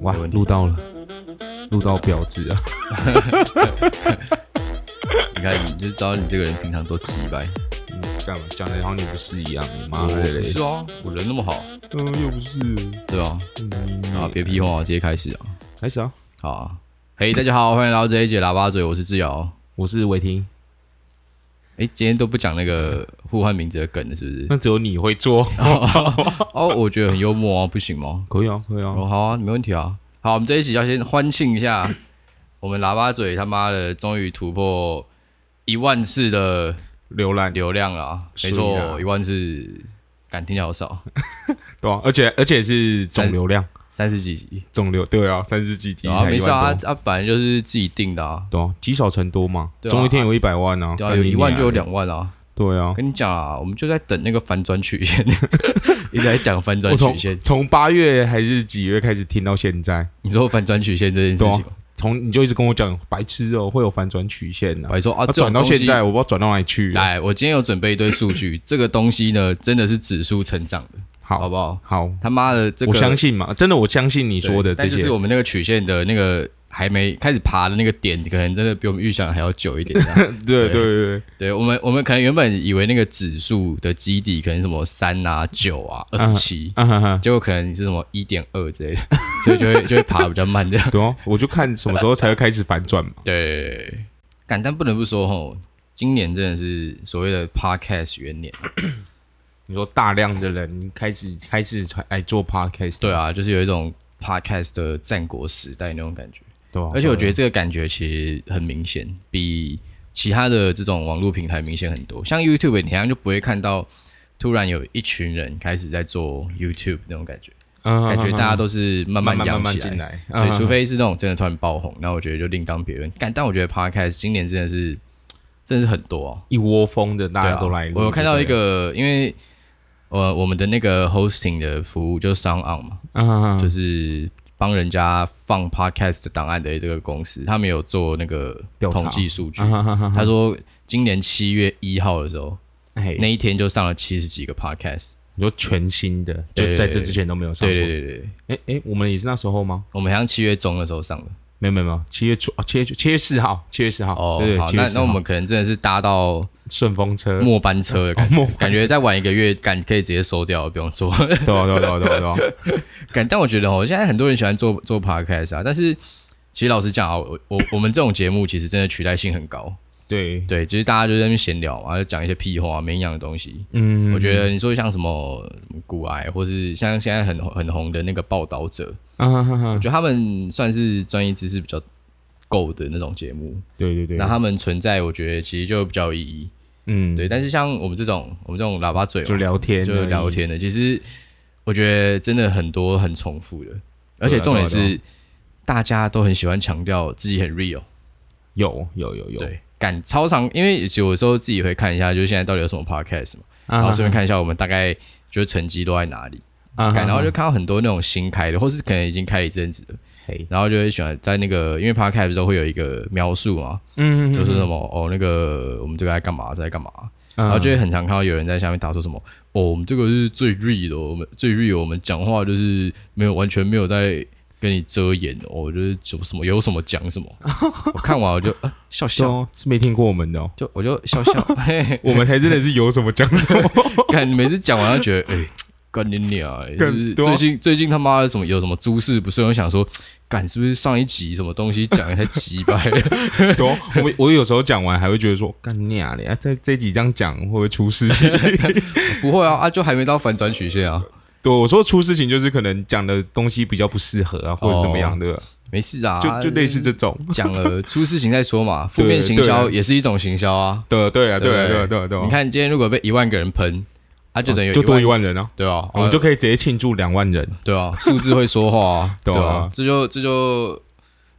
哇没问，题录到了，录到表纸啊！你看，你就知道你这个人平常多鸡掰。嗯干嘛讲的好像你不是一样？你妈我的嘞！不是啊，我人那么好，嗯，又不是。对吧、嗯啊？啊，别屁话，直接开始啊！开始啊！好啊，嘿、大家好，欢迎来到这一节喇叭嘴，我是志尧。我是伟霆，哎、今天都不讲那个互换名字的梗了，是不 是？那只有你会做，哦，我觉得很幽默啊，不行吗？可以啊，可以啊。哦，好啊，没问题啊。好，我们这一集要先欢庆一下，我们喇叭嘴他妈的终于突破一万次的浏览流量了啊！没是啊错，一万次，敢听起来好少，对啊，而且而且是总流量，三十几集。总流对啊，三十几集对啊，才没一事啊万，多，啊，本来就是自己定的啊，对啊，积少成多嘛，对啊总有一天有一百万啊，对啊，干有你一万娘就有，两万啊。对啊我。跟你讲啊，我们就在等那个反转曲线， 一直在讲反转我曲从线。从八月还是几月开始听到现在，你说反转曲线这件事情对，啊从你就一直跟我讲白痴哦，会有反转曲线的、啊，白说啊，啊这种转到东西哎现在，。我不知道转到哪里去啊了。来，我今天有准备一堆数据， 这个东西呢，真的是指数成长的，好，好不好？好，他妈的，这个我相信嘛，真的我相信你你说的这但就些是。我们那个曲线的那个还没开始爬的那个点，可能真的比我们预想还要久一点这样。 对对对对我们，我们可能原本以为那个指数的基底可能什么三啊、九啊、二十七，啊哈哈，结果可能是什么一点二之类的， 所以就会就会爬比较慢这样。对哦，我就看什么时候才会开始反转嘛。对，感但不能不说吼，今年真的是所谓的 podcast 元年。你说大量的人开始开始才哎来做 podcast，对啊，就是有一种 podcast 的战国时代那种感觉，对啊，而且我觉得得这个感觉其实很明显，比其他的这种网络平台明显很多。像 YouTube，你好像就不会看到突然有一群人开始在做 YouTube 那种感觉。感觉大啊家都是慢慢慢慢养慢慢起进来。来，嗯对，除非是那种真的突然爆红，那我觉得就另当别论。但但我觉得 podcast 今年真的是，真的是很多哦。一窝蜂的大对家啊都来录。我有看到一对个，因为呃，我们的那个 hosting 的服务就是 Sound On 嘛，不对，啊，就是帮人家放 podcast 的档案的这个公司，他们有做那个调查统计数据。啊哈哈哈他说，今年七月一号的时候，哎，那一天就上了七十几个 podcast。你说全新的，就对在这之前都没有上对过。对对对，对哎哎，我们也是那时候吗？我们好像七月中的时候上的。没有没有没有，七月初啊，七月七月四号，七月四号。哦，对对，好，七月那4那号我们可能真的是搭到顺风车，末班车的感觉，哦末班车感觉再晚一个月，感可以直接收掉了，不用做。对 啊对啊对啊对啊对啊，感，但我觉得哦，现在很多人喜欢做做 podcast 啊，但是其实老实讲啊，我我我们这种节目其实真的取代性很高，对， 对，就是大家就在那边闲聊嘛，就讲一些屁话、没营养的东西。嗯，我觉得你说像什么骨癌，或是像现在很很红的那个报道者，啊哈哈哈我，觉得他们算是专业知识比较够的那种节目，对对对，那他们存在，我觉得其实就比较有意义。嗯，对，但是像我们这种我们这种喇叭嘴嘛就聊天，就聊，天的，其实我觉得真的很多很重复的，而且重点对啊是大家都很喜欢强调自己很 real，有有有有，对，赶超长，因为有时候自己会看一下，就是现在到底有什么 podcast 嘛，啊，然然后顺便看一下我们大概就是成绩都在哪里，啊赶然后就看到很多那种新开的，或是可能已经开一阵子了，嘿，然后就会喜欢在那个，因为 podcast 都会有一个描述嘛，嗯就是什么哦那个我们这个在干嘛，在干嘛，然然后就会很常看到有人在下面打说什么“哦，我们这个是最 real 的，我们最 real，我们讲话就是没有完全没有在跟你遮掩的，哦，就是有什么有什么讲什么。” 我看完我就、呃、笑笑，哦，是没听过我们的 哦，就我就笑笑， 嘿嘿，我们还真的是有什么讲什么， 看每次讲完就觉得哎。干你娘！就干是对啊最近最近他妈的什么有什么诸事不顺，我想说，干是不是上一集什么东西讲的太鸡掰了？ 对哦，我我有时候讲完还会觉得说，干你啊嘞，啊在这几张讲会不会出事 情？不会啊啊，就还没到反转曲线啊，对，我说出事情就是可能讲的东西比较不适合啊，或者怎么样的，没事哦啊，就就类似这种。讲了出事情再 说嘛，负面对行对销啊也是一种行销啊。对对啊，对啊，对啊，不对啊，对啊，哦你看今天如果被一万个人喷，啊，就等于有就多一一万，万人啊，对啊，我们就可以直接庆祝两万人。对啊，数字会说话啊， 对对啊啊，这就这就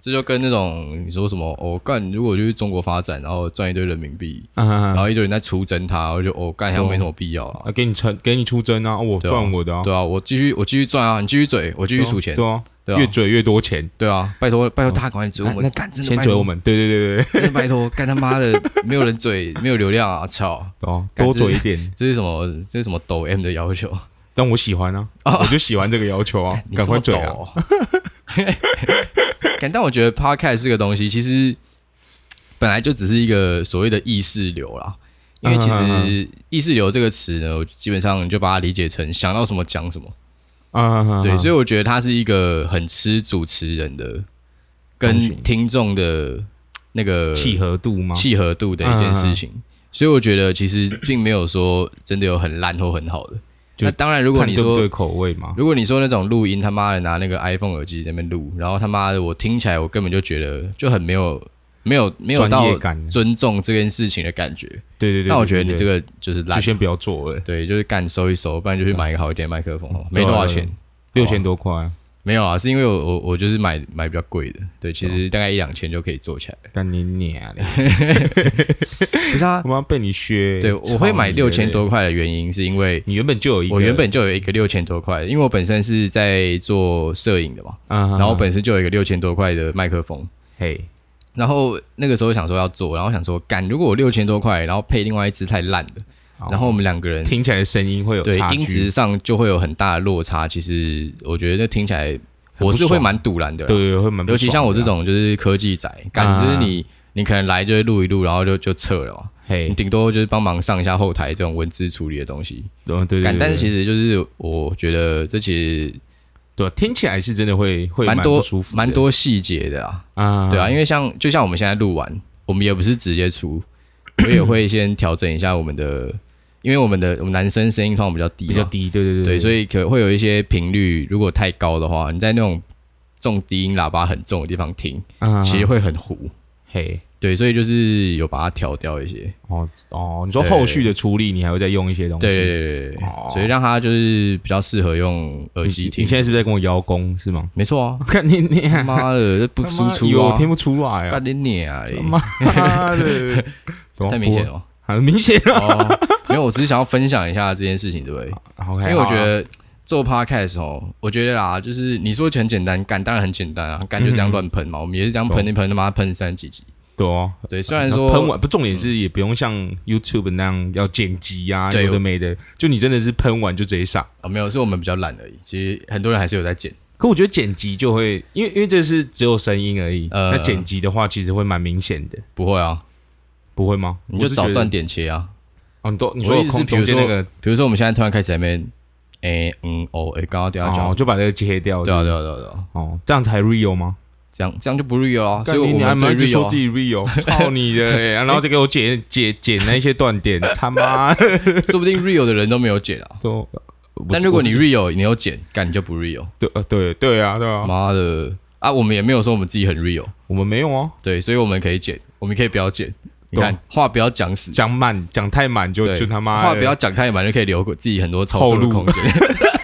这就跟那种你说什么哦干，如果就是中国发展，然后赚一堆人民币，啊然后一堆人在出征他，我就哦干，好像没什么必要了。啊，给你成，给你出征啊！我对啊赚我的啊，对啊，我继续我继续赚啊，你继续嘴，我继续数钱对，啊，对啊越嘴越多钱，对啊，拜托拜托大家赶快嘴我们，干真的先拜嘴我托，们，对对对对真的拜托，干他妈的没有人嘴，没有流量啊，操！对，哦，干多这嘴一点，这是什么？这是什么抖 M 的要求？但我喜欢啊，哦我就喜欢这个要求啊，赶快嘴啊！ 感哦但我觉得 podcast 这个东西，其实本来就只是一个所谓的意识流啦。因为其嗯嗯实“意识流”这个词呢，我基本上你就把它理解成想到什么讲什么。啊，对，所以以我觉得它是一个很吃主持人的东跟西听众的那个契合度吗？嗯契合度的一件事情。所以我觉得其实并没有说真的有很烂或很好的。就那当然，如果看你对不说对口味嘛，如果你说那种录音，他妈的拿那个 iPhone 耳机在那边录，然后他妈的我听起来我根本就觉得就很没有没有没有专到业感，尊重这件事情的感觉。对对对。那我觉得你这个个啊就是烂就，先不要做了，对，就是干收一收，不然就去买一个好一点的麦克风，好啊哦吧没多少钱。六千多块啊，没有啊，是因为我我我就是买买比较贵的，对，其啊实大概一两千就可以做起来了。干你娘嘞！不是啊他，妈被你削。对，操我会买你的六千嘞，多块的原因是因为你原本就有一个，我原本就有一个六千多块的，因为我本身是在做摄影的嘛，啊，然然后本身就有一个六千多块的麦克风，嘿，然后那个时候想说要做，然后想说干，如果我六千多块，然后配另外一支太烂了，好然后我们两个人哦听起来声音会有对差距音质上就会有很大的落差。其实我觉得那听起来很不爽我是会蛮堵然的啦，对对对会蛮不爽的啊，尤其像我这种就是科技仔，啊干就是你你可能来就是录一录，然后就就撤了嘛，嘿你，顶多就是帮忙上一下后台这种文字处理的东西。对哦对干，对，但是实其实就是我觉得这其对听起来是真的会会实蛮不多舒服的，蛮多细节的啦。啊，对啊，因为像就像我们现在录完，我们也不是直接出，我也会先调整一下我们的，因为我们的我们男生声音通常比较低嘛，比较低，对对对，所以以可会有一些频率，如果太高的话，你在那种重低音喇叭很重的地方听，其实会很糊。啊嘿。对，所以就是有把它调掉一些，哦哦，你说对后续的处理，你还会再用一些东西？对对对对对，哦所以让它就是比较适合用耳你机你听。现在是不是在跟我邀功是吗？，没错啊 看你你 他妈的这不他输妈出有啊我，听不出来啊干！你娘嘞他， 妈的， 太明显了，了。很明显啊 了。哦，没有，我只是想要分享一下这件事情，对不对？因因为我觉得做 podcast 哦，我觉得啦，就是你说很简单，干当然很简单啊，干就嗯这样乱喷嘛，我们也是这样喷一喷，他妈喷三几集。对哦，对，虽然说喷完不重点是也不用像 YouTube 那样要剪辑啊，对有的没的，就你真的是喷完就直接上。哦没有，是我们比较懒而已。其实很多人还是有在剪，可我觉得剪辑就会，因为因为这是只有声音而已，呃那剪辑的话其实会蛮明显的，不会啊，不会吗？你我就是觉找得断点切啊。哦，你都你我说的意思是空比如中间说那个，比如说我们现在突然开始在那边，哎嗯哦哎，刚刚掉下哦，脚，就把这个切掉。对啊是对不是啊对啊对啊，哦，这样才 real 吗？这样这样就不 real 了啊，所以干你我娘们们最一直 real 说啊自己 real，操 你的欸！然后再给我剪剪剪那些断 点，他妈！说不定 real 的人都没有剪啊。就但如果你 real，你有剪，干你就不 real。对呃对对啊对啊，妈的啊！我们也没有说我们自己很 real，我们没有啊，对，所以我们可以剪，我们可以不要剪。你看话不要讲死，讲满讲太满就对就他妈的话不要讲太满，就可以留自己很多操作后的路空间，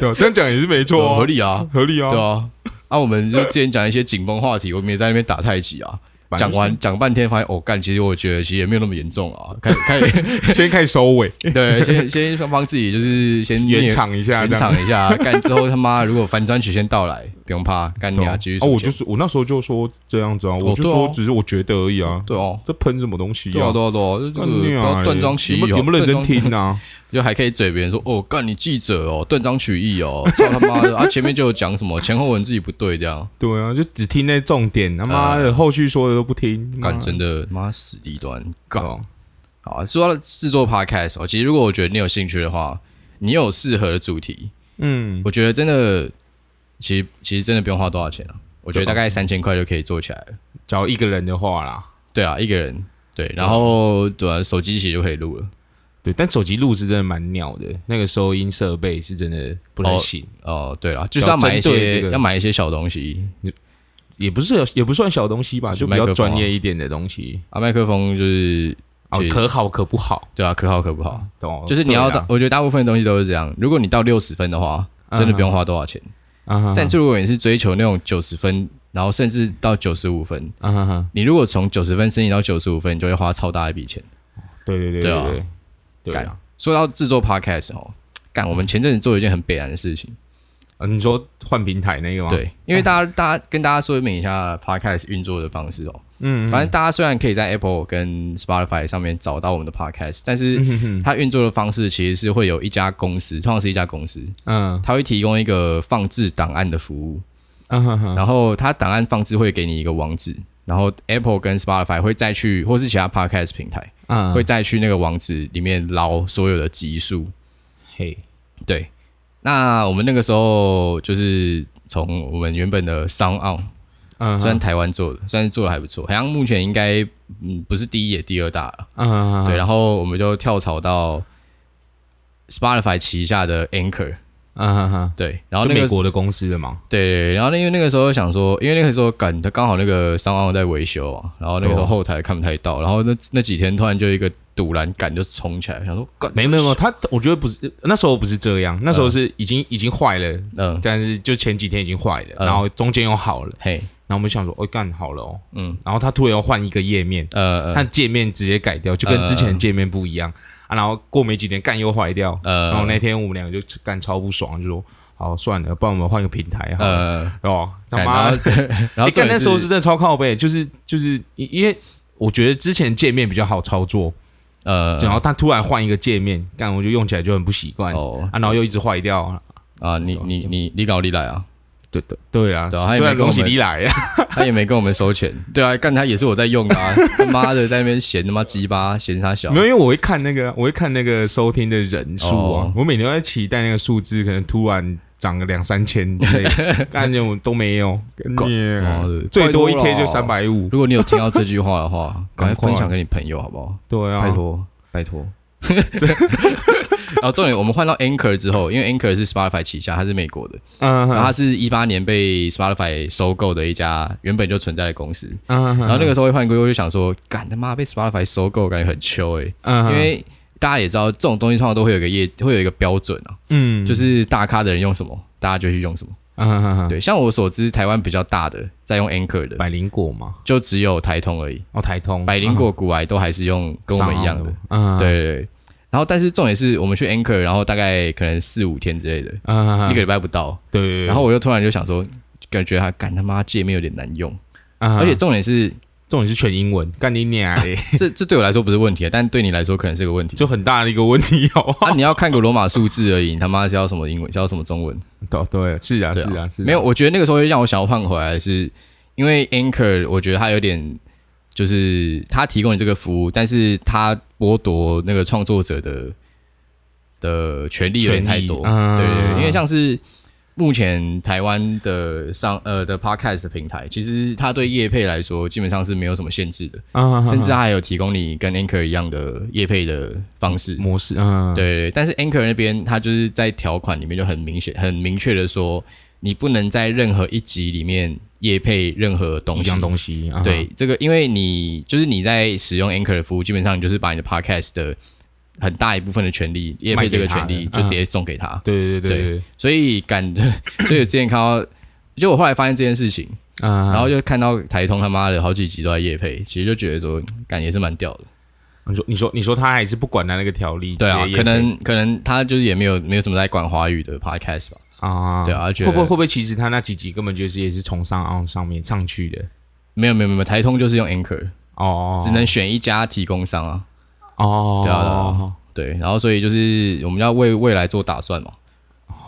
对，这样讲也是没错嗯合啊，理啊，合理啊，对啊。啊，我们就之前讲一些紧绷话题，我们也在那边打太极啊，反正讲完讲半天，发现哦，干，其实我觉得其实也没有那么严重 啊，开 开，先先开始收尾，对，先先帮自己就是 先圆念场一下，圆这样。场一下，干之后他妈如果反转曲线到来，不用怕，干你对啊，啊继续哦，我数钱就是我那时候就说这样子啊，我就对啊说只是我觉得而已啊，对哦，这喷什么东西对啊，对啊，对啊，这个干你啊不要断章取义哦，有没有有没有认断章真听啊？ 就还可以嘴别人说哦，干你记者哦，断章取义哦，操他妈的啊！前面就有讲什么前后文自己不对这样，对啊，就只听那重点，他妈的后续说的都不听，干真的妈死低端搞干。好啊，说到制作 podcast 哦，其实如果我觉得你有兴趣的话，你有适合的主题，嗯，我觉得真的，其实其实真的不用花多少钱啊，我觉得大概三千块就可以做起来了。只要一个人的话啦，对啊，一个人对，然后对、啊、手机其实就可以录了。对，但手机录是真的蛮鸟的，那个收音设备是真的不太行，哦，对了，就是要买一针对些这个要买一些小东西也不是也不算小东西吧，就比麦克较风啊专业一点的东西，啊，麦克风就是哦其，实可好可不好，对啊，可好可不好。懂？就是你哦对要啊到啦，我觉得大部分东西都是这样。如果你到六十分的话，真的不嗯用花多少钱。啊哈，但是如果你是追求那种九十分，然后甚至到九十五分，啊哈哈，你如果从九十分升级到九十五分，你就会花超大一笔钱。对对对对啊对对，对干啊，说到制作 podcast 哦，干，我们前阵子做一件很北然的事情，啊，你说换平台那个吗？，对，因为大家大家跟大家说明一下 Podcast 运作的方式哦。嗯，反正大家虽然可以在 Apple 跟 Spotify 上面找到我们的 Podcast，嗯但是它运作的方式其实是会有一家公司，通常是一家公司，嗯它会提供一个放置档案的服务，嗯哼哼，然后它档案放置会给你一个网址，然后 Apple 跟 Spotify 会再去，或是其他 Podcast 平台嗯会再去那个网址里面捞所有的集数。嘿，对，那我们那个时候就是从我们原本的商澳，嗯虽然哼台湾做的，算是做的还不错，好像目前应该嗯不是第一也第二大了。嗯哼哼对，然后我们就跳槽到 Spotify 旗下的 Anchor，嗯哼哼，对，然后就那美个国的公司的嘛，对，然后那因为那个时候想说，因为那个时候赶他刚好那个商澳在维修啊，然后那个时对候哦后台看不太到，然后那那几天突然就一个堵拦感就冲起来，想说干没没有没有，他我觉得不是那时候不是这样，那时候是已经已经坏了，嗯但是就前几天已经坏了，嗯然后中间又好了，嘿然后我们想说，哦干好了哦，嗯然后他突然又换一个页面，呃他呃界面直接改掉，就跟之前的界面不一样嗯啊，然后过没几天干又坏掉，呃然后那天我们两个就干超不爽，就说好算了，不然我们换个平台好了，呃，哦他干妈然后 然后欸干重那点时候是真的超靠背，就是就是因因为我觉得之前界面比较好操作，呃然后他突然换一个界面，干我就用起来就很不习惯、哦啊，然后又一直坏掉。啊，你你你你搞你来啊，对对对啊，对啊他也虽没然跟恭我喜们你来啊，他也没跟我们收钱，对啊，干他也是我在用的啊，他妈的在那边嫌他妈鸡巴嫌他小没，有，因为我会看那个，我会看那个收听的人数啊，哦我每天都在期待那个数字可能突然涨个两三千之类 的，感觉我都没有，跟你啊哦对最多一拜托天就啦三百五，如果你有听到这句话的话， 赶赶快快分享给你朋友好不好？对啊，拜托，拜托。哦 然后重点，我们换到 Anchor 之后，因为 Anchor 是 Spotify 旗下，它是美国的，嗯，嗯然后它是一八年被 Spotify 收购的一家原本就存在的公司。嗯，然后那个时候会换规，我就想说，干他妈被 Spotify 收购，感觉很糗哎、嗯，因为大家也知道，这种东西通常都会有一个业，会有一个标准啊，嗯，就是大咖的人用什么，大家就去用什么。嗯嗯嗯嗯对，像我所知，台湾比较大的在用 Anchor 的，百灵果嘛，就只有台通而已，哦台通百灵果、古癌都还是用跟我们一样的。，嗯，对，对对。然后，但是重点是我们去 Anchor，然后大概可能四五天之类的，嗯，一个礼拜不到。对对，然后我又突然就想说，感觉它干他妈界面有点难用，而而且重点是嗯重点是全英文，干你娘嘞，这这对我来说不是问题，啊但对你来说可能是个问 题。就很大的一个问题哦。啊，你要看个罗马数字而已，你他妈是要什么英文，是要什么中文？ 对对，是啊对是啊是啊，没有，我觉得那个时候让我想要换回来的是，因为 Anchor 我觉得它有点，就是它提供你这个服务，但是它剥夺那个创作者的的权利有点太多。权利嗯对对对，因为像是目前台湾的上呃的 Podcast 的平台，其实它对业配来说基本上是没有什么限制的，啊，甚至它还有提供你跟 Anchor 一样的业配的方式。模式，嗯，对对，但是 Anchor 那边它就是在条款里面就很明显、很明确的说，你不能在任何一集里面业配任何东一西。样东西，啊对，这个因为你就是你在使用 Anchor 的服务，基本上你就是把你的 Podcast 的很大一部分的权利，业配这个权利卖给就他直接送给他。嗯对对对对，所以感 觉，所以我之前看到，就我后来发现这件事情，啊，然后就看到台通他妈的好几集都在业配，其实就觉得说，感觉是蛮屌的。你说你说你说他还是不管他那个条例，对啊直，接可也以能可能他就是也没有没有什么在管华语的 Podcast 吧。啊，对啊会觉不得会会不会其实他那几集根本就是也是从上岸上面上去的没有没有没有，台通就是用 Anchor，、哦，只能选一家提供商啊。哦，对啊对啊对，然后所以就是我们要为未来做打算嘛。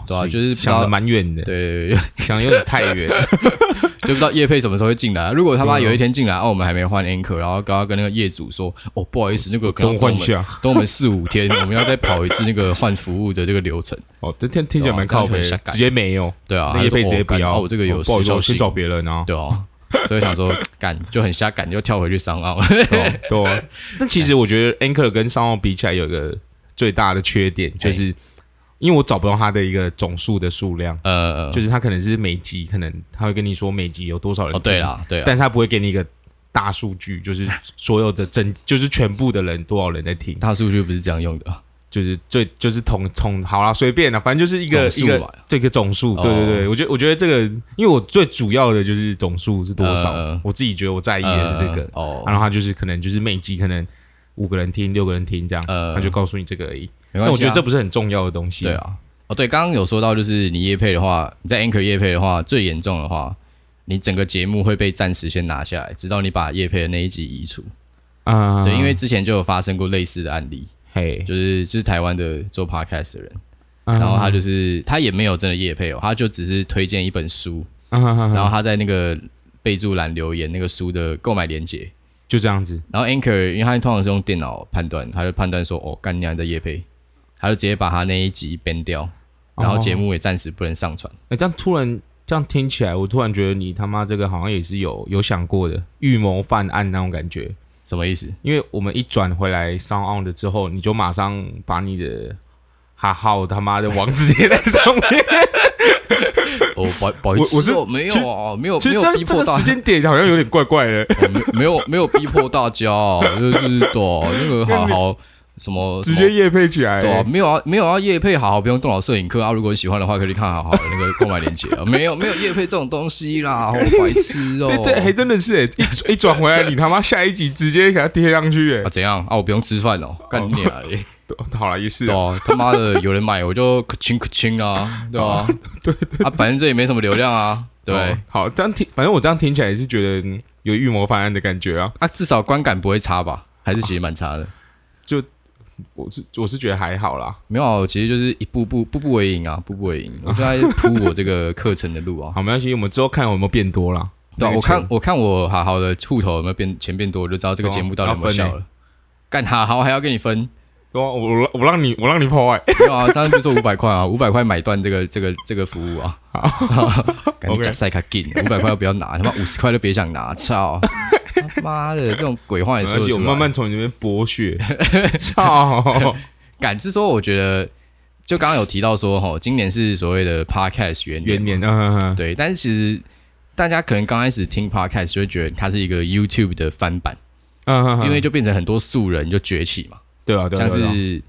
对啊，哦所以就是不知想道的蛮远的，对对对，对想得有点太 远，就不知道业配什么时候会进来啊、如果他妈对啊有一天进来，哦，我们还没换 Anchor，然后刚刚跟那个业主说，哦，不好意思，那个可能等要我等换我一们下。等我们四五天， 我们要再跑一次那个换服务的这个流程。哦，这听听起来蛮靠北对啊这样就很的瞎，改直接没有，对啊，那叶配他直就接说哦不干要。哦我这个有不好时意思，效我去性，找别人啊。对啊，所以想 说干就很瞎干，就跳回去商澳。 对啊对啊。但其实我觉得 Anchor 跟商 o 比起来，有一个最大的缺哎点，就是因为我找不到它的一个总数的数量，呃，就是它可能是每集，可能他会跟你说每集有多少人哦听。对啦对啦，但是他不会给你一个大数据，就是所有的真， 就是全部的人多少人在听，大数据不是这样用的啊。就是最就是统统好啦，随便啦，反正就是一个总一数吧个这个总数，哦对对对，我觉得我觉得这个，因为我最主要的就是总数是多少，呃我自己觉得我在意的是这个，呃哦，然后他就是可能就是每集可能五个人听，六个人听这样，呃他就告诉你这个而已。没但关系啊、我觉得这不是很重要的东西，对啊，哦，对，刚刚有说到，就是你夜配的话，你在 Anchor 夜配的话，最严重的话，你整个节目会被暂时先拿下来，直到你把夜配的那一集移除。啊对，因为之前就有发生过类似的案例，嘿，就是就是台湾的做 podcast 的人，啊然后他就是他也没有真的夜配哦，他就只是推荐一本书，嗯，嗯嗯嗯然后他在那个备注栏留言那个书的购买链接，就这样子，然后 Anchor 因为他通常是用电脑判断，他就判断说哦，干你娘在夜配，他就直接把他那一集编掉，然后节目也暂时不能上传。哎，这样突然这样听起来，我突然觉得你他妈这个好像也是有有想过的预谋犯案那种感觉，什么意思？因为我们一转回来 Sound On 的之后，你就马上把你的哈号他妈的网址贴在上面，哦，不好不好意思，我我是哦没有哦，没有其没实有逼这这迫个到时，间点好像有点怪怪的，哦没没有没有逼迫大家哦， 就是对哦那个好好什么直什么接夜配起来，对啊，没有啊，没有啊，叶配好好不用动脑摄影课啊。如果你喜欢的话，可以去看好好的那个购买链接啊。没有没有叶配这种东西啦，好白痴哦、 对对，还真的是哎，一一转回来，你他妈下一集直接给它贴上去哎啊，怎样啊？我不用吃饭哦，干你啊嘞！都，好了，也是对啊，啊，他妈的有人买我就可亲可亲啊，对吧、啊？对对啊，反正这也没什么流量啊，对。哦好，这样听，反正我这样听起来也是觉得嗯有预谋犯案的感觉啊。啊，至少观感不会差吧？还是其实蛮差的。我是我是觉得还好啦。没有啊，我其实就是一步步步步为营啊，步步为营。我就在铺我这个课程的路啊。好，没关系，我们之后看有没有变多啦。对那啊、个我钱看我看我好好的户头有没有变钱变多，我就知道这个节目到底有没要有分欸效了。干好好还要跟你分，对啊我我让我让你我让你破坏，没有啊？上次不是说五百块啊，五百块买断这个这个这个服务啊， 赶紧 OK 加塞卡进，五百块不要拿，他妈五十块都别想拿，操！他妈的，这种鬼话没也说关得系，出我来。慢慢从你那边剥 削。 操！敢是说，我觉得就刚刚有提到说，哈，今年是所谓的 podcast 元年啊元，年，嗯嗯嗯，对，但是其实大家可能刚开始听 podcast 就会觉得它是一个 YouTube 的翻版，嗯嗯嗯因为就变成很多素人就崛起嘛。对啊，对啊，像对啊是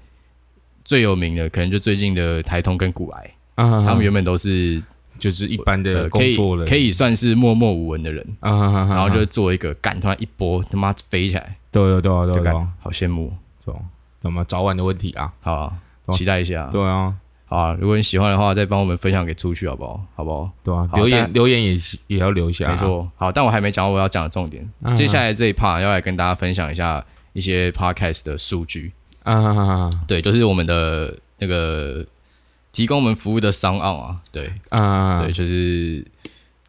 最有名的，可能就最近的台通跟古癌，嗯嗯嗯他们原本都是就是一般的呃可工以作人，可以算是默默无闻的人，嗯，嗯嗯嗯然后嗯就做一个干，突然一波他妈飞起来，对啊对啊对啊就对感啊，好羡慕，对啊怎么早晚的问题啊？好啊对啊期待一下，对啊，好啊，如果你喜欢的话，再帮我们分享给出去好不好？好不好？对啊，好留但言留言也是也要留一下啊，没错，好，但我还没讲我要讲的重点，嗯接下来这一 part 要来跟大家分享一下一些 podcast 的数据，嗯，嗯嗯嗯嗯对，就是我们的那个提供我们服务的商岸啊，对，嗯，嗯对，，就是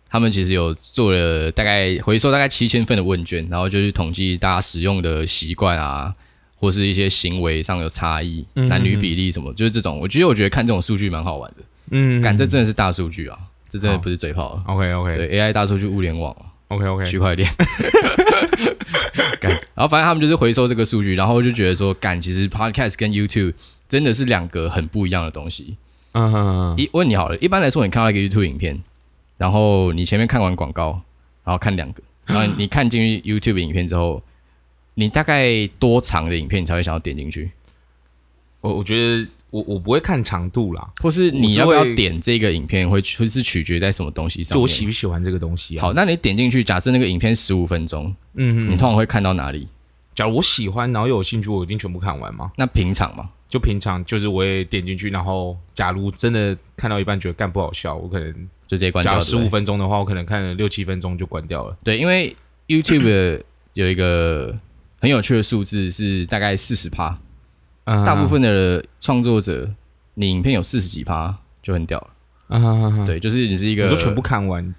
他们其实有做了大概回收大概七千份的问卷，然后就是统计大家使用的习惯啊，或是一些行为上有差异，嗯男女比例什么，就是这种。我其实我觉得看这种数据蛮好玩的，嗯，感、这真的是大数据啊，这真的好不是嘴炮啊。 OK OK 对 AI 大数据、物联网啊、 OK OK，区块链， 干然后反正他们就是回收这个数据，然后就觉得说，干，其实 Podcast 跟 YouTube 真的是两个很不一样的东西。嗯嗯嗯一问你好了，一般来说，你看到一个 YouTube 影片，然后你前面看完广告，然后看两个，然后你看进去 YouTube 影片之后，你大概多长的影片你才会想要点进去，我我觉得我我不会看长度啦，或是我你是要不要会点这个影片会会是取决在什么东西上就我面？喜不喜欢这个东西啊。，好，那你点进去，假设那个影片十五分钟，嗯你嗯，通常会看到哪里？假如我喜欢，然后又有兴趣，我一定全部看完嘛。那平常嘛，就平常就是我也点进去，然后假如真的看到一半觉得干不好笑，我可能就直接关假掉如十对不五对分钟的话，我可能看了六七分钟就关掉了。对，因为 YouTube 的有一个很有趣的数字是大概四十趴。嗯，大部分的创作者，你影片有四十几趴就很屌了。嗯，对，就是你是一你个，说全部看完，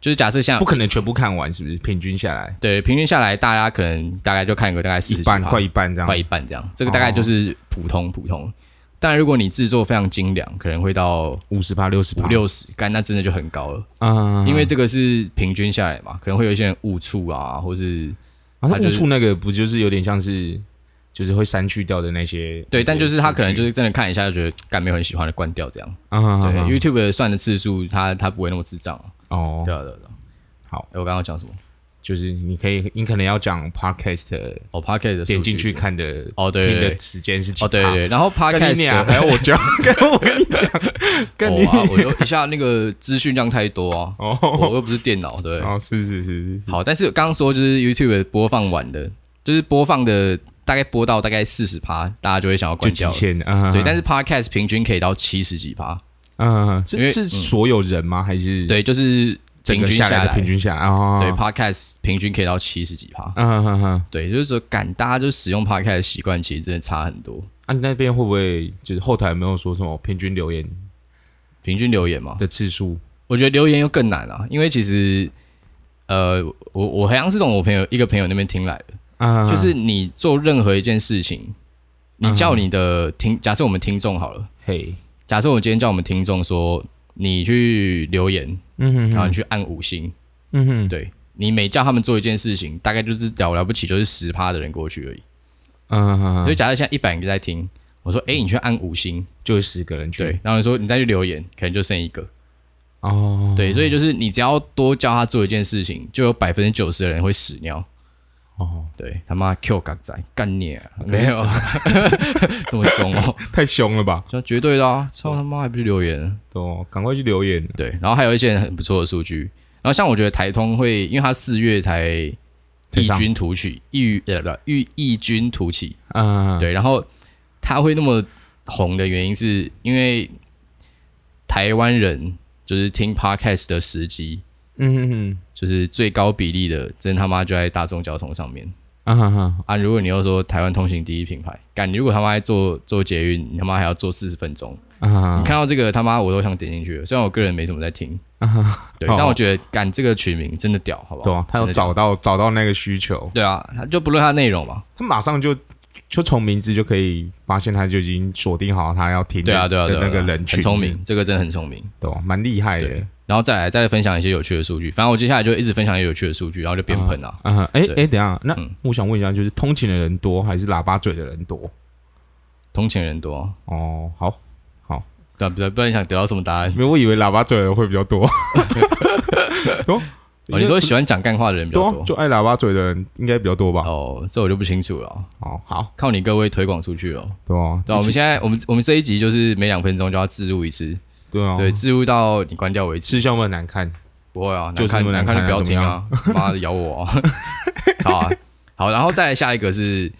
就是假设像不可能全部看完，是不是？平均下来对平均下来，大家可能大概就看个大概四一十半，快一半这样哦快。一半这样，这个大概就是普通普通。但如果你制作非常精良，可能会到五十趴、六十五趴，六十，干那真的就很高了，嗯，因为这个是平均下来嘛，可能会有一些人误触啊，或是啊，他就那误是触那个不就是有点像是，就是会删去掉的那些？，对，但就是他可能就是是真的看一下就觉得干没有很喜欢的关掉这样。嗯，对嗯嗯，YouTube 的算的次数，他他不会那么智障啊。哦，对啊对啊对啊。好哎，我刚刚讲什么？就是你可以，你可能要讲 podcast 的哦 p o c k e t 的数点据进去看的哦对对听对的时间是几哦，对对对，然后跟 podcast 你俩的还要我教， 跟我跟你讲，跟你哦啊，我就一下那个资讯量太多啊， 哦我又不是电脑，对不对？哦，是是是是，好，但是刚刚说就是 YouTube 播放晚的，就是播放的大概播到大概四十趴，大家就会想要就关极掉了。限啊，对，但是是 podcast 平均可以到七十几趴，嗯，因是为是所有人吗？还是对，就是整平个均下下的平均下来啊？对 podcast 平均可以到七十几趴。嗯哼哼，对，就是说，敢大家就使用 podcast 的习惯，其实真的差很多。啊，你那边会不会就是后台有没有说什么平均留言平均留言嘛，的次数？我觉得留言又更难啊，因为其实，呃，我我好像是从我朋友一个朋友那边听来的，啊，就是你做任何一件事情，你叫嗯你的听，假设我们听众好了，嘿，假设我今天叫我们听众说，你去留言，嗯哼然后哼，你去按五星，嗯哼，对你每叫他们做一件事情，大概就是了了不起就是十趴的人过去而已。嗯哼所以哼，假设现在一百人就在听，我说，哎、你去按五星，就十个人去，对，然后你说你再去留言，可能就剩一个。哦，对，所以就是你只要多教他做一件事情，就有百分之九十的人会屎尿。哦，对他妈 Q 港仔干你啊！没有 这么凶哦， 太凶了吧？说绝对的啊！操他妈还不去留言？哦，赶快去留言对，然后还有一些很不错的数据。然后像我觉得台通会，因为他四月才才异上军突起，异呃不异异军突起。啊，对，然后他会那么红的原因是因为台湾人就是听 podcast 的时机，嗯哼哼，就是最高比例的，真他妈就在大众交通上面啊哈哈，啊！如果你又说台湾通行第一品牌，干你如果他妈还坐坐捷运，你他妈还要坐四十分钟，啊你哈看到这个他妈我都想点进去了。虽然我个人没怎么在听，啊哈，对，哦但我觉得干这个取名真的屌，好不好？对啊，他真有的屌找到找到那个需求，对啊，他就不论它内容嘛，他马上就就从名字就可以发现，他就已经锁定好他要听的对啊，对啊，对的啊，那对个啊人群，很聪，明，这个真的很聪明。对啊，蛮厉害的对。然后再来，再来分享一些有趣的数据。反正我接下来就一直分享一些有趣的数据，然后就变喷啊。啊哈！哎、对哎，等一下，那嗯我想问一下，就是通勤的人多还是喇叭嘴的人多？通勤人多啊，哦，好，对啊，不然不然你想得到什么答案？哦没有，我以为喇叭嘴的人会比较多。哦，哦，你说喜欢讲干话的人比较多多啊，就爱喇叭嘴的人应该比较多吧？哦，哦，这我就不清楚了哦，好，靠你各位推广出去哦。对啊，对啊，我们现在我们我们这一集就是每两分钟就要置入一次，对啊，对，，置入到你关掉为止。吃相会很难看。不会就啊，难是这看么难看就难不要看听啊啊， 妈的咬我啊！好啊，好，然后再来下一个是，因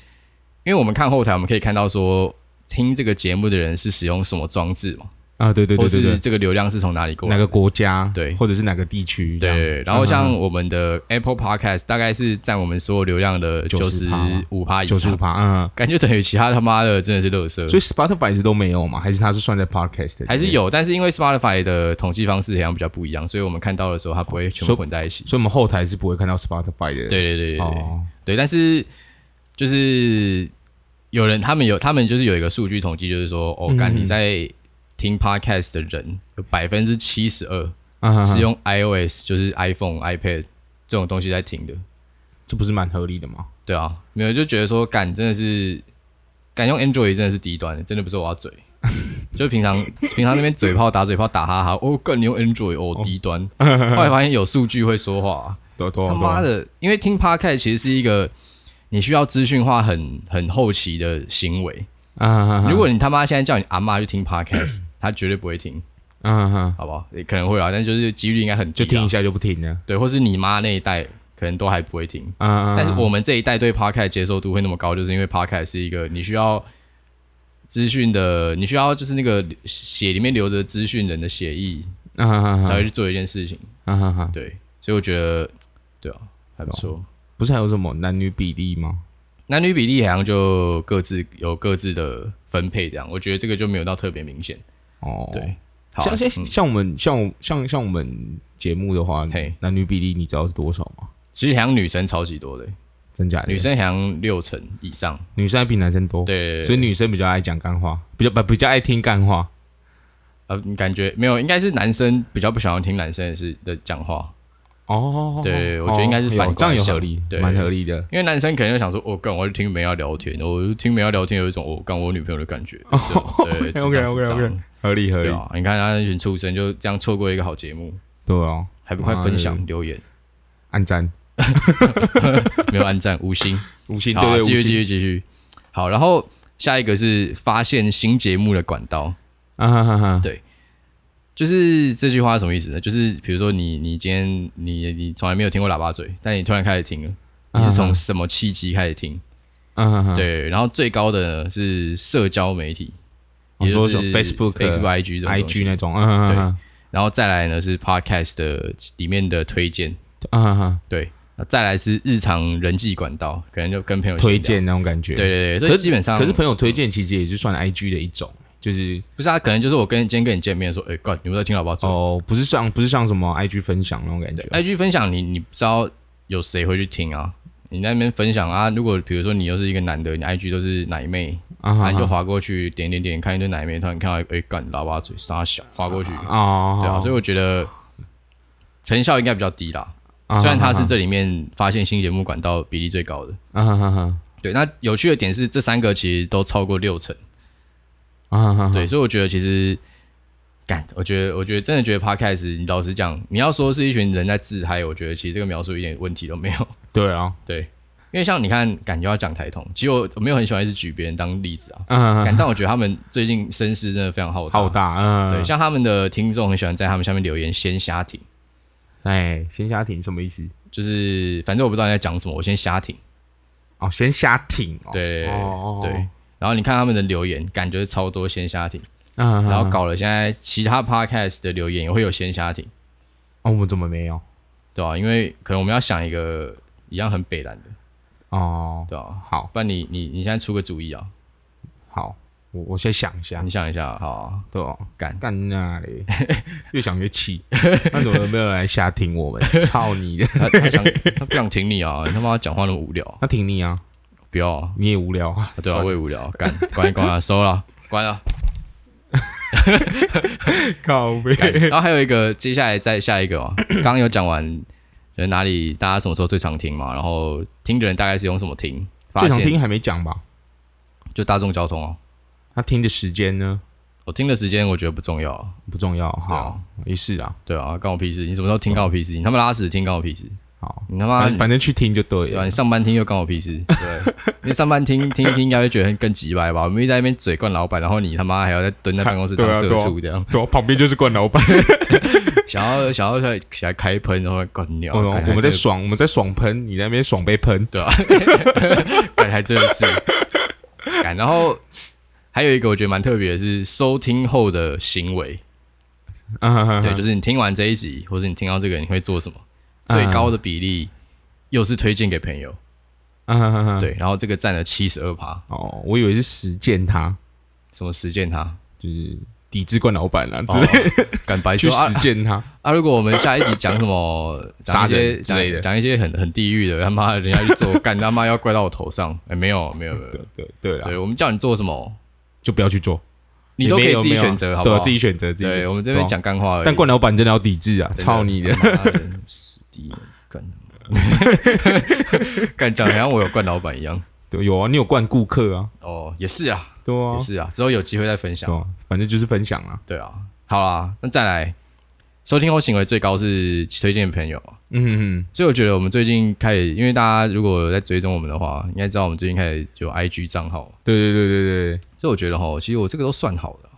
为我们看后台，我们可以看到说听这个节目的人是使用什么装置嘛，啊，对对对对或是对，这个流量是从哪里过来哪的？个国嗯家对或者是哪个地区这样？对，然后像我们的 Apple Podcast 大概是占我们所有流量的九十90%嘛五趴以九十五上，趴，嗯，感觉等于其他他妈的真的是垃圾。所以 Spotify 是都没有嘛？还是它是算在 Podcast？里面还是，有，但是因为 Spotify 的统计方式好像比较不一样，所以我们看到的时候它不会全部所混在一起。所以我们后台是不会看到 Spotify 的。对对对对对哦，对，但是就是有人他们有他们就是有一个数据统计，就是说哦，干嗯你在听 podcast 的人有百分之七十二啊，是用 iOS，就是 iPhone、iPad 这种东西在听的。这不是蛮合理的吗？对啊，没有就觉得说干真的是敢用 Android 真的是低端，真的不是我 要嘴。就是平常平常那边嘴炮打嘴炮打哈哈，哦，干你用 Android 哦低端，后来发现有数据会说话、啊对哦对，啊他妈对，的，因为听 podcast 其实是一个你需要资讯化很很后期的行为。啊，如果你他妈现在叫你阿妈去 听 podcast，她绝对不会听，啊哈，好不好？也可能会啊，但就是几率应该很低、就啊。听一下就不听了。对，或是你妈那一代可能都还不会听。啊，但是我们这一代对 podcast 接受度会那么高，就是因为 podcast 是一个你需要资讯的，你需要就是那个血里面流着资讯人的血液啊才哈会去做一件事情。啊哈哈，对，所以我觉得，对啊，还不错。不是还有什么男女比例吗？男女比例好像就各自有各自的分配，这样我觉得这个就没有到特别明显。哦，对，，好啊、像像像我们像我像像我们节目的话嘿，男女比例你知道是多少吗？其实好像女生超级多的，真假的？女生好像六成以上。女生还比男生多，对，所以女生比较爱讲干话，比较不比较爱听干话。呃，你感觉没有，应该是男生比较不喜欢听男生的是的讲话，哦，对我觉得应该是反过来有这样有想合理，对蛮合理的。因为男生可能就想说，我、哦、干，我要去听没要聊天，我就听没要聊天有一种我干、我女朋友的感 觉。对 OK，OK，OK 智障智障合理合理对，啊，你看他那群畜生就这样错过一个好节目，对哦，还不快分享留言，按赞没有按赞五星。五星，好啊 对对，继续五继星续继续。好，然后下一个是发现新节目的管道，啊哈哈哈，对就是这句话是什么意思呢？就是比如说你你今天啊你你从来没有听过喇叭嘴，但你突然开始听了，你是从什么契机开始听？嗯，嗯，对，然后最高的呢是社交媒体，哦也就说是什么 Facebook 啊 Facebook、IG 这种东西 IG 那种，嗯嗯嗯然后再来呢是 Podcast 的里面的推荐，嗯嗯嗯，对，那再来是日常人际管道，可能就跟朋友推闲聊，荐那种感觉。啊对对对，所可以是基本上可是朋友推荐其实也就算 IG 的一种，就是不是啊，可能就是我跟今天跟你见面说，哎、干，你们在听好不好做、哦，不是像不是像什么 IG 分享那种感觉。 i g 分享你你不知道有谁会去听啊，你那边分享啊，如果比如说你又是一个男的，你 IG 都是奶妹，啊然后你就哈划过去点点点，看一堆奶妹，突然看到哎干、喇叭嘴傻小，划过去，哈哦，对啊，所以我觉得成效应该比较低啦。以虽然它是这里面发现新节目管道比例最高的，啊哈哈哈对。那有趣的点是，这三个其实都超过六成，啊哈哈，对。所以我觉得其实，干，我觉得，我觉得真的觉得 podcast，你老实讲，你要说是一群人在自嗨，我觉得其实这个描述一点问题都没有， 对啊，对。因为像你看，感觉要讲台通，其实我我没有很喜欢一直举别人当例子啊，嗯， 感，但我觉得他们最近声势真的非常浩大，好大，嗯，对，，像他们的听众很喜欢在他们下面留言“先瞎听”，哎，闲暇停什么意思？就是反正我不知道你在讲什么，我先瞎听。哦，闲暇停，哦对哦对，然后你看他们的留言，感觉超多鲜虾艇，嗯，然后嗯搞了现在其他 podcast 的留言也会有鲜虾艇，哦，我们怎么没有？对吧、因为可能我们要想一个一样很北蓝的，哦，对吧、好不然你你你现在出个主意啊，好，我我先想一下你，想一下，好啊、对哦，干干那 里，越想越气，那怎么没有来瞎听我 们？操你的！他他想他不想听你啊， 你他妈讲话那么无聊，那挺你啊，不要、啊，你也无聊啊，对啊，算我也无聊，干关一关啊， 收了，关了。 靠背 干然后还有一个，接下来再下一个哦，刚刚有讲完，就是哪里大家什么时候最常听嘛，然后听的人大概是用什么听，发最现常听还没讲吧？就大众交通哦。他听的时间呢我听的时间我觉得不重要，啊不重要，好，没事啊，对啊，关我屁事！你什么时候听关我屁事？你他妈拉屎听关我屁事！好，啊你他妈反反正去听就对对啊吧？了你。上班听又关我屁事！对，你上 班听听一听应该会觉得更急掰吧？我们一直在那边嘴灌老板，然后你他妈还要在蹲在办公室当社畜这样，对啊，旁边就是冠老板，想要想要起来起来开喷，然后干尿，我干我还们在真的爽，我们在爽喷，你在那边爽被喷，对啊，感还真的是感。然后还有一个我觉得蛮特别的是收听后的行为，嗯，对，就是你听完这一集，或是你听到这个，你会做什么？最高的比例又是推荐给朋友，嗯，对，然后这个占了七十二趴，哦，我以为是实践他，什么实践它，就是抵制冠老板啦，之哦 类敢白去说啊实践 他，啊！如果我们下一集讲什么，讲一杀些人之类的讲讲一些很很地狱的，他妈的人家去做， 干他妈要怪到我头上，哎，没有没有没有，对对对啦对，我们叫你做什么，就不要去做，你都可也没以有自己选没择，有好不对好啊？自己选择，自己选对，择我们这边，讲干话而对啊已，但冠老板真的要抵制啊，操你的， 妈的，死敌干 干讲得好像我有惯老板一样。对有啊，你有冠顾客啊，哦，也是啊，对啊也，是啊，之后有机会再分享对。啊，反正就是分享啦，对啊，好啦，那再来，收听后行为最高是推荐朋友，嗯，所以我觉得我们最近开始，因为大家如果有在追踪我们的话，应该知道我们最近开始有 IG 账号，对对对对对，所以我觉得哈，其实我这个都算好了，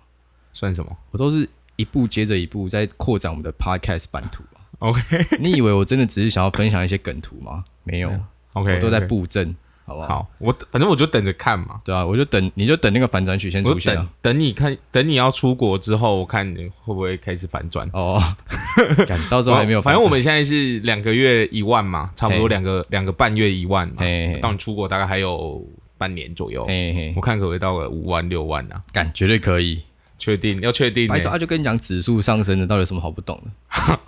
算什么我都是一步接着一步在扩展我们的 Podcast 版图啊。 ？OK 你以为我真的只是想要分享一些梗图吗？没有， OK，我都在布阵，好不好？好，我反正我就等着看嘛。对啊，我就等，你就等那个反转曲线我出就现等啊。等你看，等你要出国之后，我看你会不会开始反转。哦， 干到时候还没有反反转，正我们现在是两个月一万嘛，差不多嘿两个两个半月一万嘛。嘿嘿到你出国大概还有半年左右，嘿嘿，我看可不可以到个五万六万啊？干绝对可以。确定要确定欸、白啊手他就跟你讲指数上升的，到底有什么好不懂的？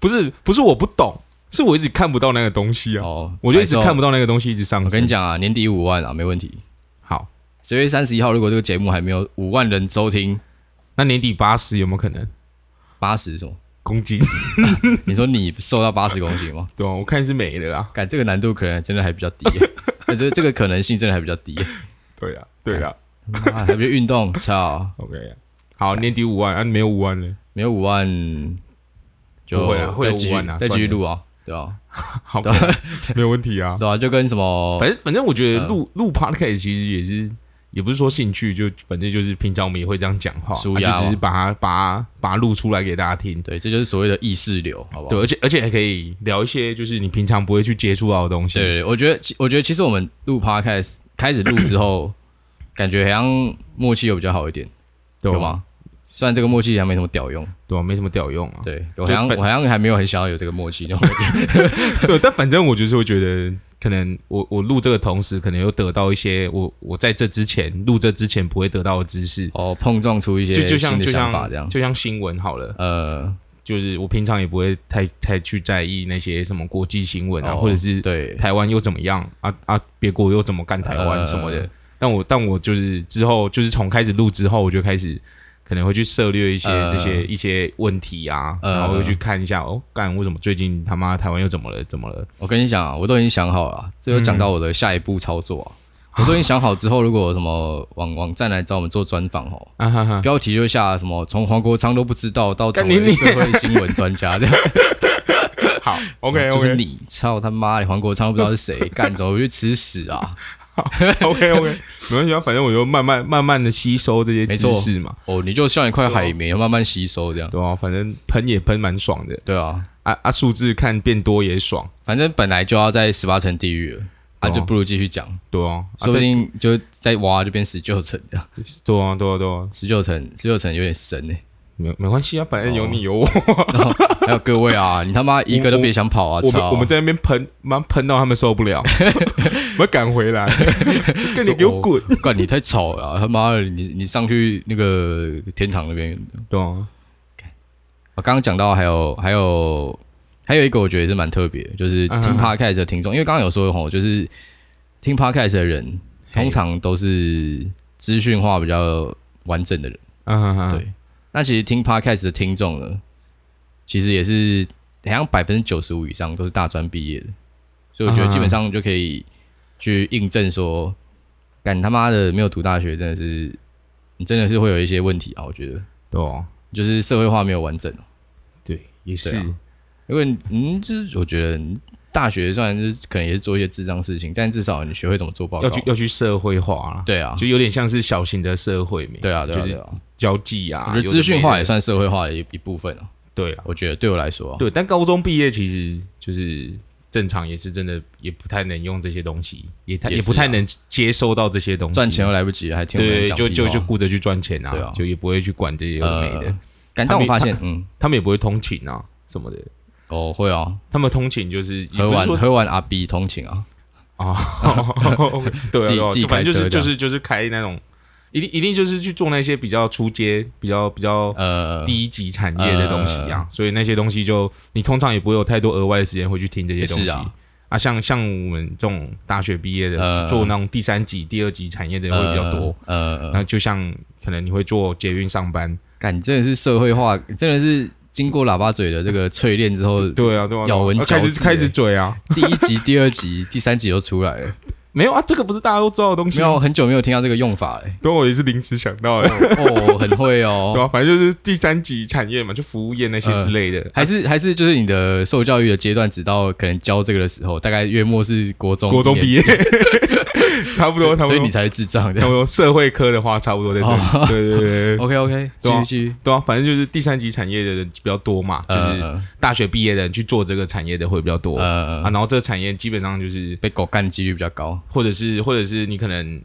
不是不是我不懂，是我一直看不到那个东西啊，哦，我就一直白昼看不到那个东西一直上升。我跟你，讲啊，年底五万啊，没问题。好，十月三十一号，如果这个节目还没有五万人收听，那年底八十有没有可能八十什么？ 公斤？你说你瘦到八十公斤吗？对啊，我看是没了啦。干这个难度可能真的还比较低 耶，哎这这个可能性真的还比较低耶。对啊，对啊妈还不去运动，操， ，OK 啊。好，年底五万啊，没有五万了。没有五万就不会啊会有再继5万续啊再继续算了录啊，对吧？ 好，没有问题啊。对嗯啊，就跟什么反正反正我觉得录录 podcast 其实也是，也不是说兴趣，就反正就是平常我们也会这样讲话，舒啊压就只是嘛把它把它把它录出来给大家听。对，这就是所谓的意识流，好不好？对，而且而且还可以聊一些就是你平常不会去接触到的东西。对，我觉得其，我觉得其实我们录 podcast 开始录 之后，感觉好像默契又比较好一点，对啊有？吗？虽然这个默契还没什么屌用，对吧？没什么屌用啊。对我好像就反我好像还没有很想要有这个默契那种感觉。 对，但反正我就是会觉得，可能我我录这个同时，可能又得到一些我我在这之前录这之前不会得到的知识，哦，碰撞出一些就就新像的就想法像这样。就像新闻好了，呃，就是我平常也不会太太去在意那些什么国际新闻啊，哦或者是对台湾又怎么样啊啊，别国又怎么干台湾呃什么的。但我但我就是之后就是从开始录之后，我就开始可能会去涉猎一些呃这些、一些问题啊，呃然后会去看一下哦，干为什么最近他妈台湾又怎么了怎么了？ 我跟你讲啊，我都已经想好了啊，这就讲到我的下一步操作嗯啊。我都已经想好之后，如果有什么网网站来找我们做专访哦，啊哈哈，标题就下什么从黄国昌都不知道到成干你为你社会新闻专家这样。好，OK 就是 OK 你，操他妈的，黄国昌不知道 是谁，干怎么去吃屎啊？ OK OK，没关系啊，反正我就慢慢慢慢的吸收这些没知错识嘛，哦，你就像一块海绵，慢慢吸收这样。对吧、啊反正喷也喷蛮爽的，对啊，啊啊，数字看变多也爽，反正本来就要在十八层地狱了，啊，哦就不如继续讲，对啊，啊说不定就再挖就变十九层这样。但对啊对啊对啊，十九层，十九层有点神呢。没没关系啊，反正有你有哦我，还有各 位啊，你他妈一个都别想跑啊！我们操，我们在那边喷，妈喷到他们受不了，我们赶回来，跟你给我滚，干你太吵了啊、他妈的，你你上去那个天堂那边。对啊，我刚刚讲到还有还有还有一个，我觉得也是蛮特别的，就是嗯听 podcast 的听众，因为刚刚有说吼，就是听 podcast 的人嘿通常都是资讯化比较完整的人，嗯哼对。啊那其实听 podcast 的听众呢，其实也是好像百分之九十五以上都是大专毕业的，所嗯以我觉得基本上就可以去印证说，干他妈的没有读大学真的是，你真的是会有一些问题啊，我觉得对啊，就是社会化没有完整。对，也是对，啊因为嗯，就是我觉得大学虽然是可能也是做一些智障事情，但至少你学会怎么做报告。要去要去社会化了，对啊，就有点像是小型的社会嘛，对啊，对啊，就是对啊。交际啊，我觉得有的资讯没化的也算社会化的一一部分啊。对啊，我觉得对我来说啊，对，但高中毕业其实就是正常，也是真的也不太能用这些东西，也太也也是啊不太能接收到这些东西，赚钱又来不及，还听我们对，讲就就屁就话顾着去赚钱对啊啊，就也不会去管这些有的没的呃，干但我发现，嗯，他们也不会通勤啊什么的，哦，会啊，他们通勤就是也喝不是完说喝完阿 B 通勤啊，啊，对啊 自己对啊，自己反开正就是车这就样是就是开那种，一定一定就是去做那些比较出街、比较比较呃，低级产业的东西啊，所以那些东西就你通常也不会有太多额外的时间会去听这些也东西是啊，啊，像像我们这种大学毕业的，呃做那种第三级、第二级产业的会呃比较多。，呃，那就像可能你会做捷运上班，干你真的是社会化，真的是经过喇叭嘴的这个淬炼之 后，对啊，对啊，对啊咬文啊嚼开始字开欸始嘴啊，第一集、第二集、第三集都出来了，没有啊，这个不是大家都知道的东西啊没吗，有很久没有听到这个用法嘞。对，我也是临时想到的，哦，很会 对哦。啊，反正就是第三级产业嘛，就服务业那些之类的，还是还是就是你的受教育的阶段，直到可能教这个的时候，大概月末是国中国中毕业，， 差不多，差不哦所以你多，才是哦智障差的。不多，社会科的话差不多在这里，对对对对。OK OK，继对啊续继续。对啊，反正就是第三级产业的人比较多嘛，就是呃大学毕业的人去做这个产业的会比较多啊。呃，然后这个产业基本上就是，被狗干的几率比较高。或者是或者是你可能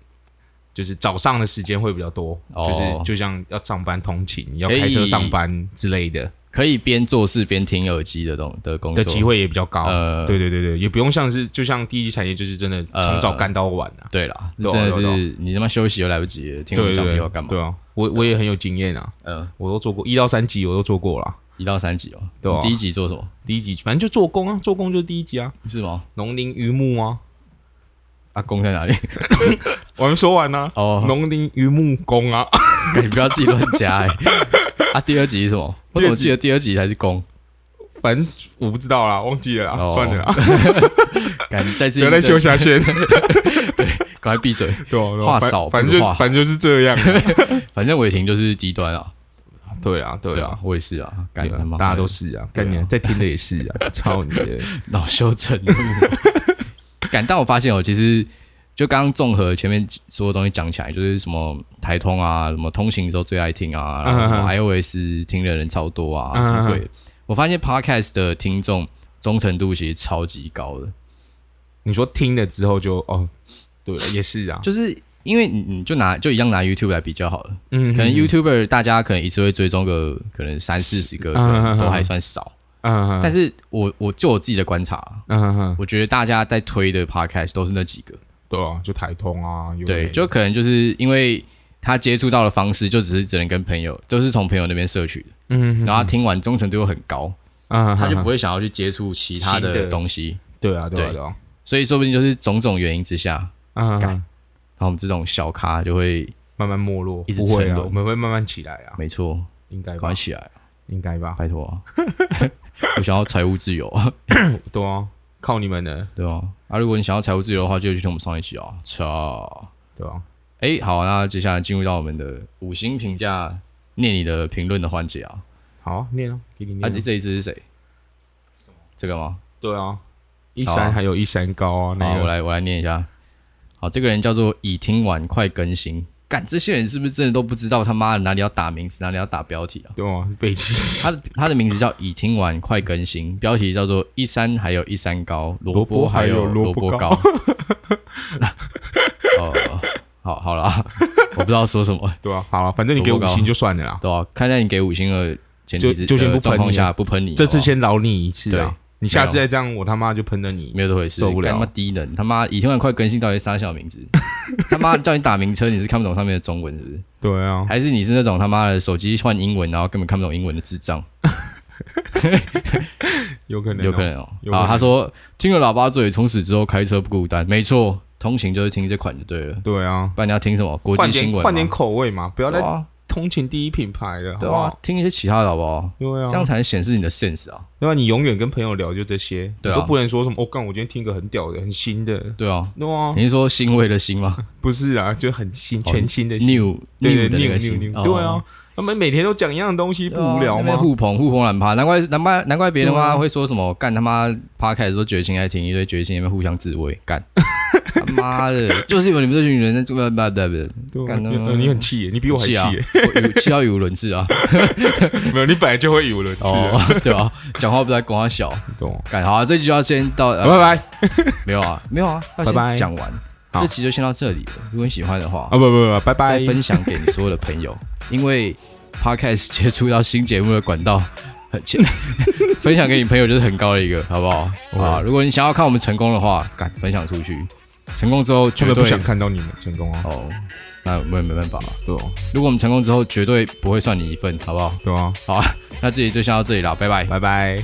就是早上的时间会比较多，哦就是就像要上班通勤、要可以开车上班之类的可以边做事边听耳机的东的工的作机会也比较高。呃对对对对，也不用像是就像第一级产业，就是真的从早干到晚啊。对啦，对啊真的对啊是你他妈休息都来不及了，听我对们讲对屁对话，干嘛？对啊，我我也很有经验啊，嗯，我都做过一到三级，我都做过啦。一到三集哦，对啊你第一集做什么？第一级反正就做工啊，做工就是第一级啊，是吗？农林渔牧啊，阿公在 哪里？我还没说完呢、哦，农林渔牧工啊，你不要自己乱加哎。啊，第二集是什么？我怎么记得第二集才是公？反正我不知道啦，忘记了啦，哦算了 啦，赶再次不要再印证修下 去，对赶快闭嘴。哦对哦话反少不反如正就话反正就是这样啊， 反正伟霆就是低端啊，对啊，对啊啊，，我也是啊， 干对啊他妈的大家都是啊，对啊干你在听的也是啊，操你的， 恼羞成怒。 感但我发现哦，其实就刚刚综合前面所有东西讲起来，就是什么台通啊，什么通勤的时候最爱听啊，然后什嗯么 iOS 听的人超多啊，嗯什么鬼的。我发现 podcast 的听嗯众忠诚度其实超级高的，你说听了之后就哦， 对了，也是啊，就是因为你你就拿就一样拿 YouTube 来比较好了，嗯可能哼 YouTuber 大家可能一次会追踪个可能三四十个，嗯可能嗯都嗯还算少。嗯哼但是我我就我自己的观察，嗯哼哼，我觉得大家在推的 Podcast 都是那几个，对啊，就台通啊，有对，没就可能就是因为他接触到的方式就只是只能跟朋友，都是从朋友那边摄取的，嗯哼哼，然后他听完忠诚度又很高，嗯哼哼他就不哼会想要去接触其他新的的东西，对啊，对啊，对对啊，所以说不定就是种种原因之下，嗯哼改哼，然后我们这种小咖就会慢慢没落，一直不会沉啊，沦我们会慢慢起来啊，没错，应该赶吧快，起来，应该吧，拜托、啊， 我想要财务自由，对啊，靠你们了，对吧？啊，如果你想要财务自由的话，就去听我们上一集啊，操！对啊，哎，好，那接下来进入到我们的五星评价，念你的评论的环节啊。好啊，念啊，给你啊，念啊这，一只是谁？这个吗？对啊，一好啊山还有一山高啊，好，那我个来我来念一下。好，这个人叫做已听完快更新。干，这些人是不是真的都不知道他妈的哪里要打名字，哪里要打标题啊？对啊，北极 他的他的名字叫已听完快更新，标题叫做一山还有一山高，萝萝卜卜还还有有萝萝卜卜高糕。 哦，好，好了，我不知道说什么，对啊，好了，反正你给五萝卜糕星就算了啦，对吧、看在你给五星的前提就之就先呃不状喷况你下不喷你，这好次不好先饶你一次对啊，你下次没有再这样，我他妈就喷了你，没有这回事，受不了干他妈低能，他妈以听完快更新到底是啥 小名字？他妈叫你打名车，你是看不懂上面的中文是不是？对啊，还是你是那种他妈的手机换英文，然后根本看不懂英文的智障？有可能哦，有可能哦。有可能啊，他说听了喇叭嘴，从此之后开车不孤单。没错，通勤就是听这款就对了。对啊，不然你要听什么国换际新点闻？啊换点，口味嘛，不要对再啊，通勤第一品牌的，好对不啊好？，听一些其他的好不好？对啊，这样才能显示你的 sense 啊。对吧？你永远跟朋友聊就这些，对啊你都不能说什么。我、哦、干，我今天听个很屌的、很新的，对啊，对啊，你是说欣慰的欣吗不是啊，就很新、哦全新的新， ？new 对对 new 的那个 new 欣 new，new，，哦对啊，，他们每天都讲一样的东西，不无聊对啊那边吗？互捧互捧懒趴，难怪难怪难怪别人对妈啊会说什么干他妈趴开始说绝情爱听一堆绝情，那边互相自慰 干。他妈的，就是有你们这群人在不不不对啊干你他妈呃你很气耶，你比我还气气啊耶， 不，我语气到语无伦次啊！没有，你本来就会语无伦次啊，哦， 对啊，讲话不在光他小，懂？干好啊，这集就要先到，拜呃、拜没有啊，没有啊，要拜拜先讲完，好这集就先到这里了。如果你喜欢的话啊，，不不不，拜拜再，分享给你所有的朋 友，因为 podcast 接触到新节目的管道 很浅，分享给你朋友就是很高的一个，好不好？哦啊，如果你想要看我们成功的话，赶分享出去，成功之后他绝们不对想看到你们成功啊，哦，那我们没办法了。对哦，如果我们成功之后，绝对不会算你一份，好不好？对啊，好啊，那这集就先到这里了，拜拜。拜拜。